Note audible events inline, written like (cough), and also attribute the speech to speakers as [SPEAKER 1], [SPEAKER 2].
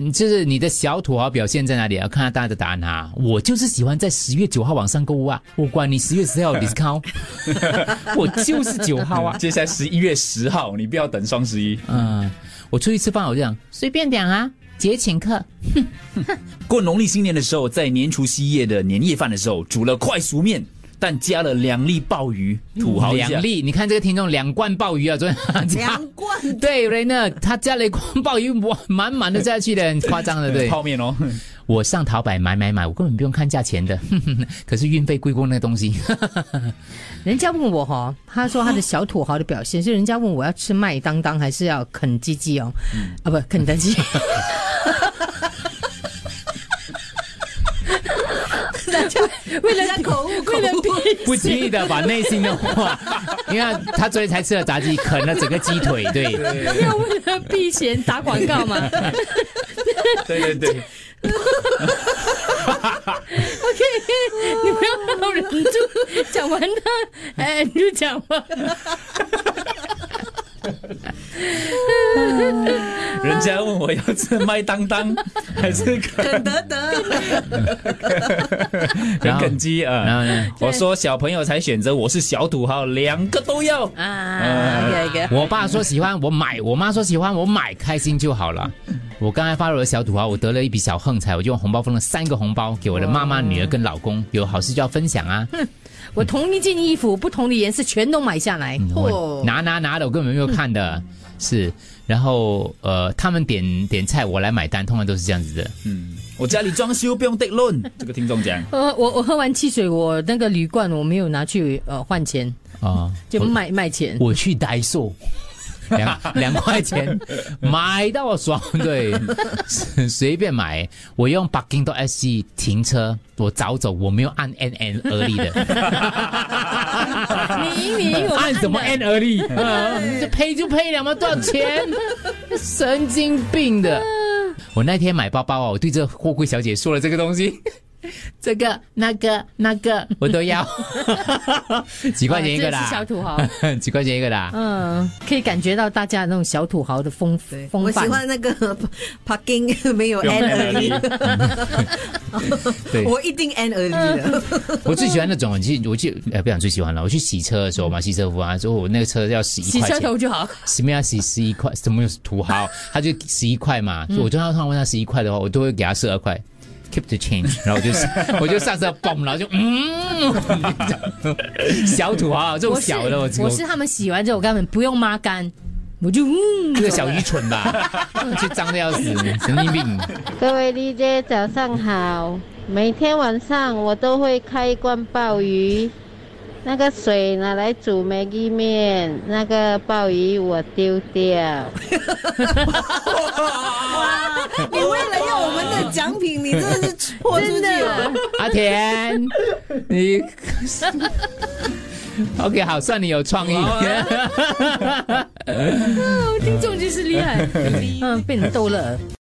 [SPEAKER 1] 嗯就是你的小土豪表现在哪里啊？看看大家的答案哈、我就是喜欢在十月九号网上购物啊，我管你十月十
[SPEAKER 2] (laughs)
[SPEAKER 1] 号有 discount，我就是九号啊。
[SPEAKER 2] 嗯接下来十一月十号，你不要等双十一，
[SPEAKER 1] 嗯，我出去吃饭我就讲随便点啊，姐请客。
[SPEAKER 2] 过农历新年的时候，在年除夕夜的年夜饭的时候，煮了快熟面，但加了两粒鲍鱼，土豪一下
[SPEAKER 1] 嗯两粒，你看这个听众两罐鲍鱼啊，昨天 (laughs)
[SPEAKER 3] 两罐
[SPEAKER 1] 对 r a i n e 他加了一罐鲍鱼，哇，满满的下去的，很夸张的，对。
[SPEAKER 2] 泡面哦， (laughs)
[SPEAKER 1] 我上淘宝买买买，我根本不用看价钱的， (laughs) 可是运费贵过那个东西。
[SPEAKER 3] 人家问我哈，他说他的小土豪的表现是人家问我要吃麦当当还是要肯基基哦，
[SPEAKER 1] 嗯
[SPEAKER 3] 啊不肯德
[SPEAKER 1] (laughs)
[SPEAKER 3] 基。大家为了口误，为了比
[SPEAKER 1] 不经意的把内心的话，你看他昨天才吃了炸鸡，啃了整个鸡腿，对，
[SPEAKER 3] 要为了避嫌打广告嘛。
[SPEAKER 2] 对对对，
[SPEAKER 3] OK，你不要让我忍住，讲完了，
[SPEAKER 1] (laughs)
[SPEAKER 3] 哎，你就讲吧。
[SPEAKER 2] 人家问我要吃麦当
[SPEAKER 1] (laughs)
[SPEAKER 2] 当还是肯
[SPEAKER 3] 德
[SPEAKER 2] (laughs)
[SPEAKER 3] 德，
[SPEAKER 1] 然后
[SPEAKER 2] 肯基
[SPEAKER 1] 然后
[SPEAKER 2] 啊？
[SPEAKER 1] 呢，
[SPEAKER 2] 我说小朋友才选择，我是小土豪，两个都要。
[SPEAKER 3] 啊，一个一个。
[SPEAKER 1] 我爸说喜欢我买，我妈说喜欢我买，开心就好了。我刚才发了我的小土豪，我得了一笔小横财，我就用红包分了三个红包给我的妈妈、女儿跟老公，有好事就要分享啊。
[SPEAKER 3] 我同一件衣服，不同的颜色全都买下来。
[SPEAKER 1] 嗯我拿拿拿的，我根本没有看的，是。然后呃，他们点点菜，我来买单，通常都是这样子的。
[SPEAKER 2] 嗯，我家里装修不用 take loan，这个听
[SPEAKER 1] (laughs)
[SPEAKER 2] 众讲。
[SPEAKER 3] 呃，我我喝完汽水，我那个铝罐我没有拿去呃换钱，
[SPEAKER 1] 啊、
[SPEAKER 3] 就
[SPEAKER 1] 我
[SPEAKER 3] 卖卖钱。
[SPEAKER 1] 我去代售， (laughs) 两两块钱买到我爽，对， (laughs) 随随便买。我用 Parking S G 停车，我早走，我没有按 N N 而 (laughs) 立的，
[SPEAKER 3] 你赢你赢，我
[SPEAKER 1] 按什么 N 而立？嗯，就赔就赔了嘛，多少钱？神经病的！我那天买包包啊，我对这货柜小姐说了这个东西。这个、那个、那个，我都 (laughs) 要，几块钱一个
[SPEAKER 3] 啊这是小
[SPEAKER 1] 啦，
[SPEAKER 3] 土豪。
[SPEAKER 1] (laughs) 几块钱一个啦。
[SPEAKER 3] 嗯，可以感觉到大家那种小土豪的风风
[SPEAKER 4] 我
[SPEAKER 3] 范
[SPEAKER 4] 喜。欢那个 parking 没有
[SPEAKER 1] 哎
[SPEAKER 2] 不用
[SPEAKER 4] n
[SPEAKER 2] N 而立
[SPEAKER 4] early，
[SPEAKER 1] 对
[SPEAKER 4] 我一定 n early 的。
[SPEAKER 1] 我最喜欢那种，你去我去，呃，不想最喜欢了。我去洗车的时候嘛，洗车服啊，之后我那个车要十一
[SPEAKER 3] 洗
[SPEAKER 1] 块
[SPEAKER 3] 车
[SPEAKER 1] 钱，
[SPEAKER 3] 头就好，
[SPEAKER 1] 什么要洗十一块，什么土豪，他就十一块嘛。所
[SPEAKER 3] 嗯
[SPEAKER 1] 以我就通常问他十一块的话，我都会给他十二块，keep the change，然后我就 (laughs) 我就上车嘣，然后就嗯， (laughs) 小土豪这种
[SPEAKER 3] 我是
[SPEAKER 1] 小的，我
[SPEAKER 3] 我是他们洗完之后，我跟他们不用抹干，我就嗯。
[SPEAKER 1] 这个小愚蠢吧，就脏的要死，神经病。
[SPEAKER 5] 各位 DJ 早上好，每天晚上我都会开一罐鲍鱼，那个水拿来煮 m a 面，那个鲍鱼我丢掉。
[SPEAKER 1] (laughs)
[SPEAKER 3] 嗯
[SPEAKER 4] 你为了 (laughs) 要我们的奖品，你真的是豁出去哦了。
[SPEAKER 1] 阿田，你 (laughs) OK 好，算你有创意。 (laughs) (laughs)
[SPEAKER 3] 听众就是厉害，嗯，被你逗乐。